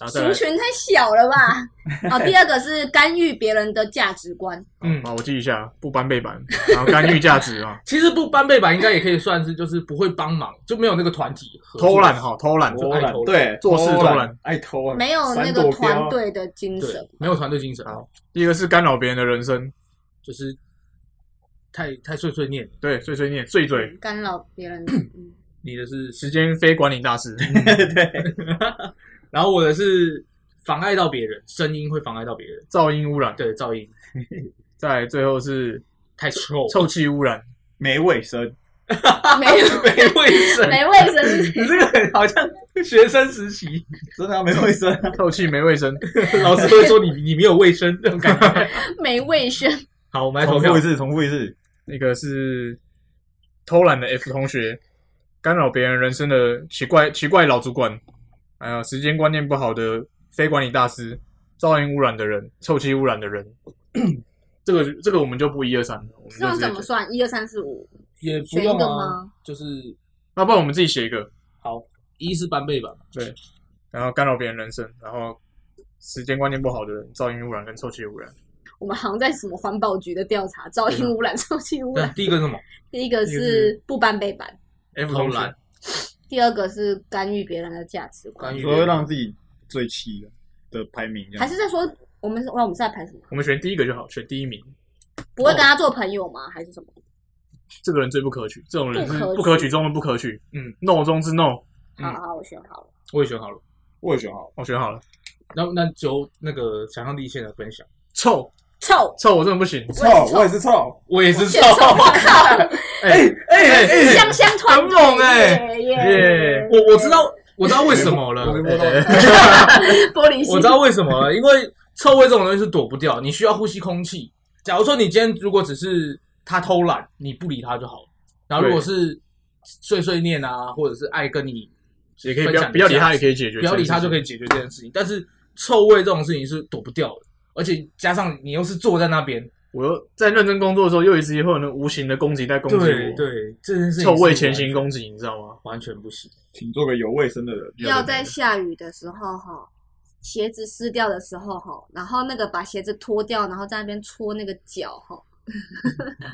Speaker 1: 后再
Speaker 2: 族
Speaker 1: 来，
Speaker 2: 群太小了 吧？好，哦第二个是干预别人的价值观，
Speaker 5: 嗯，，
Speaker 1: 好，我记一下，不搬背板，然后干预价值啊
Speaker 5: 其实不搬背板应该也可以算是，就是不会帮忙，就没有那个团体合作
Speaker 1: 偷懒，哈，偷懒，
Speaker 5: 我
Speaker 4: 偷
Speaker 5: 爱
Speaker 4: 懒
Speaker 5: 偷懒，
Speaker 4: 对，
Speaker 1: 做事偷懒，
Speaker 4: 爱偷懒，
Speaker 2: 没有那
Speaker 4: 闪
Speaker 2: 个
Speaker 4: 躲标
Speaker 2: 团，队的精
Speaker 5: 对
Speaker 2: 神，，
Speaker 5: 没有团队精神，
Speaker 1: 第一个是干扰别人的人生，
Speaker 5: 就是太太碎碎念，
Speaker 1: 对，碎碎念，碎嘴，
Speaker 2: 干扰别人的。嗯
Speaker 5: 你的是是，
Speaker 1: 时间非管理大师，嗯
Speaker 5: 然后我的是妨碍到别人，声音会妨碍到别人，
Speaker 1: 噪音污染，
Speaker 5: 对，噪音
Speaker 1: 再来最后是
Speaker 5: 太臭，
Speaker 1: 臭气污染，
Speaker 4: 没卫生，
Speaker 2: 没有，
Speaker 5: 没卫生，
Speaker 2: 没卫生是
Speaker 5: 你这个好像学生实习，
Speaker 4: 真的啊没卫生啊，
Speaker 1: 臭气没卫生，
Speaker 5: 老师会说你你没有卫生这种感 觉。
Speaker 2: 没卫生，
Speaker 5: 好，我们来投
Speaker 4: 啊重
Speaker 5: 票
Speaker 4: 复一。次，重复一次，
Speaker 1: 那个是偷懒的 F 同学，干扰别人人生的奇怪奇怪老主管，还有时间观念不好的非管理大师，噪音污染的人，臭气污染的人。这个这个我们就不一二三了，我们
Speaker 2: 这
Speaker 1: 就
Speaker 2: 样
Speaker 1: 直接
Speaker 2: 怎么算？一二三四五，
Speaker 5: 也不
Speaker 2: 选一
Speaker 5: 用
Speaker 2: 个
Speaker 5: 啊，
Speaker 2: 吗？
Speaker 5: 就是
Speaker 1: 那啊不然我们自己写一个，
Speaker 5: 好，一是搬背板，
Speaker 1: 然后干扰别人人生，然后时间观念不好的人，噪音污染跟臭气污染。
Speaker 2: 我们好像在什么环保局的调查，噪音污染、臭气污
Speaker 5: 那
Speaker 2: 染。
Speaker 5: 第啊一个是什么？
Speaker 2: 第一个是不搬背板，
Speaker 1: F
Speaker 5: 偷
Speaker 1: 同学
Speaker 5: 懒，
Speaker 2: 第二个是干预别人的价值观
Speaker 5: 干预，
Speaker 4: 所谓让自己最气的的排名这
Speaker 2: 还
Speaker 4: 样，
Speaker 2: 是在说我们是，哇我们是在排什么？
Speaker 1: 我们选第一个就好，选第一名。
Speaker 2: 不
Speaker 5: 哦
Speaker 2: 会跟他做朋友吗？还是什么？
Speaker 1: 这个人最不可取，这种人是
Speaker 2: 不可取
Speaker 1: 不可取中的不可取。
Speaker 5: 嗯
Speaker 1: ，no 中之 no，
Speaker 5: 嗯
Speaker 2: 好好，我选好了。
Speaker 5: 我也选好了。
Speaker 4: 我也选好，
Speaker 1: 我选好了。
Speaker 5: 然后那就那个想象力现在分享，
Speaker 1: 臭
Speaker 2: 臭，
Speaker 1: 臭，我真的不行。
Speaker 4: 臭，我也是臭，
Speaker 5: 我也是
Speaker 2: 选臭， 我靠，
Speaker 1: 哎哎
Speaker 2: 香香团
Speaker 1: 很猛哎
Speaker 2: 耶耶
Speaker 1: 耶！
Speaker 5: 我我知道我知道为什么了
Speaker 4: 我，没摸到。
Speaker 2: 玻璃心，
Speaker 5: 我知道为什么了， 因为臭味这种东西是躲不掉，你需要呼吸空气。假如说你今天如果只是他偷懒，你不理他就好了。然后如果是碎碎念啊，或者是爱跟你
Speaker 1: 也可以不
Speaker 5: 分
Speaker 1: 要
Speaker 5: 享
Speaker 1: 不要理
Speaker 5: 价
Speaker 1: 他，
Speaker 5: 值
Speaker 1: 也可以解决。
Speaker 5: 不要理他就可以。解决这件事情。但是臭味这种事情是躲不掉的，而且加上你又是坐在那边，
Speaker 1: 我又在认真工作的时候，又一直会有那无形的攻击在攻击
Speaker 5: 对
Speaker 1: 我。，
Speaker 5: 对，这件事情
Speaker 1: 臭味
Speaker 5: 是完
Speaker 1: 前行攻击，你知道 吗？
Speaker 5: 完全不行。
Speaker 4: 请做个有卫生的人。
Speaker 2: 要在下雨的时候哈，鞋子湿掉的时候哈，然后那个把鞋子脱掉，然后在那边搓那个脚哈。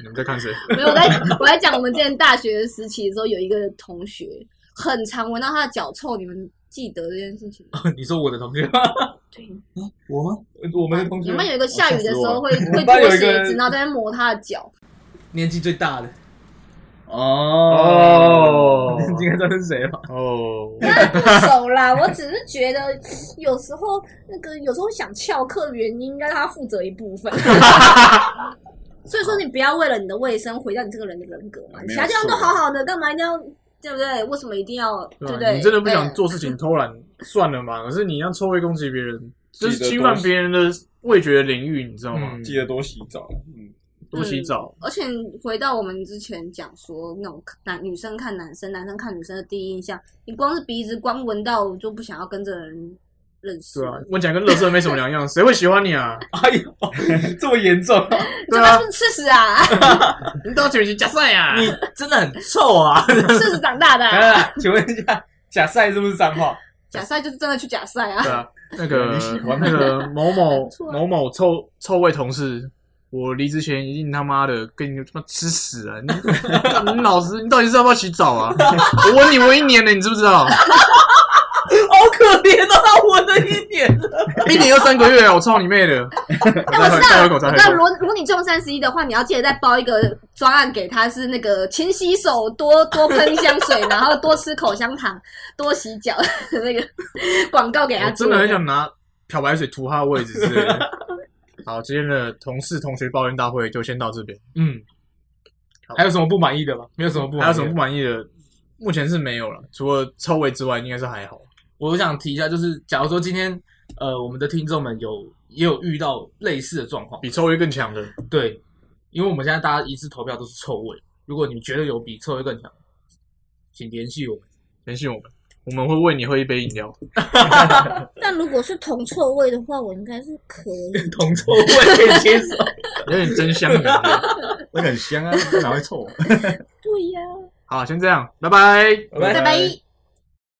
Speaker 1: 你们在看谁？
Speaker 2: 没有，我 在我在讲我们之前大学时期的时候，有一个同学很常闻到他的脚臭，你们记得这件事情吗？
Speaker 5: 你说我的同学吗，
Speaker 2: 对，
Speaker 4: 我吗？
Speaker 5: 嗯我们的同
Speaker 2: 你
Speaker 5: 学
Speaker 2: 们有一个下雨的时候会会
Speaker 5: 我班
Speaker 2: 脱
Speaker 5: 有一个
Speaker 2: 鞋子，然后在那边磨他的脚。
Speaker 5: 年纪最大的，
Speaker 1: 哦
Speaker 5: 应该知道是谁 吧？
Speaker 1: 哦，
Speaker 2: 当然不熟啦，我只是觉得有时候那个有时候想翘课，原因应该让他负责一部 分。所以说，你不要为了你的卫生毁掉你这个人的人格嘛。
Speaker 4: 没有
Speaker 2: 其他地方都好好的，干嘛一定要对不对？为什么一定要对
Speaker 1: 对啊
Speaker 2: 不对？
Speaker 1: 吧？你真的不想
Speaker 2: 嗯
Speaker 1: 做事情偷懒算了嘛？可是你让臭味攻击别人，就是
Speaker 4: 记得
Speaker 1: 侵
Speaker 4: 多
Speaker 1: 犯别人的味觉领域，你知道吗
Speaker 5: 嗯？
Speaker 4: 记得多洗澡。嗯，
Speaker 1: 多洗澡，
Speaker 2: 而且回到我们之前讲说，那种男女生看男生，男生看女生的第一印象，你光是鼻子光闻到，我就不想要跟这个人认识。
Speaker 1: 对啊，闻起来跟垃圾没什么两样，谁会喜欢你啊？
Speaker 5: 哎呦，这么严重、啊，
Speaker 2: 这他是不是吃屎啊？
Speaker 1: 你到底是假赛啊？
Speaker 5: 你真的很臭啊！
Speaker 2: 吃屎长 大 的、
Speaker 5: 来
Speaker 2: 啊，
Speaker 5: 来哎来请问一下，假赛是不是脏话？
Speaker 2: 假赛就是真的去假赛啊
Speaker 1: 对。 啊，那个
Speaker 4: 你喜欢
Speaker 1: 那个某某
Speaker 2: 很错啊
Speaker 1: 某某臭臭味同事，我离职前一定他妈的跟你他妈吃屎啊！你你 老师，你到底是要不要洗澡啊？ 我问你，我一年了，你知不知 道？
Speaker 5: 好可怜哦，他闻了一点了。
Speaker 1: 一年又三个月啊！我操你妹 的！
Speaker 2: 哎，我知
Speaker 1: 再喝一
Speaker 2: 道，
Speaker 1: 口
Speaker 2: 我
Speaker 1: 再喝一口
Speaker 2: 知道，如果如果你中三十一的话，你要记得再包一个专案给他，是那个勤洗手，多多喷香 水，然后多吃口香糖，多洗脚 那个广告给他
Speaker 1: 我
Speaker 2: 做。
Speaker 1: 真的很想拿漂白水涂他的位置之类的。 好，今天的同事同学抱怨大会就先到这边。
Speaker 5: 嗯，还有什么不满意的吗？没有什么不满意的，
Speaker 1: 还有什么不满意的？目前是没有了，除了臭味之外，应该是还好。
Speaker 5: 我想提一下，就是假如说今天呃，我们的听众们有也有遇到类似的状况，
Speaker 1: 比臭味更强的，
Speaker 5: 对，因为我们现在大家一致投票都是臭味，如果你觉得有比臭味更强，请联系我们。
Speaker 1: 联系我们，我们会为你喝一杯饮料。
Speaker 2: 但如果是铜臭味的话，我应该是可以。
Speaker 5: 铜臭味可以接受，
Speaker 1: 有点真香的感觉。
Speaker 4: 那个很香啊，哪会臭啊？
Speaker 2: 对呀、
Speaker 1: 好，先这样，拜拜。
Speaker 2: 拜拜。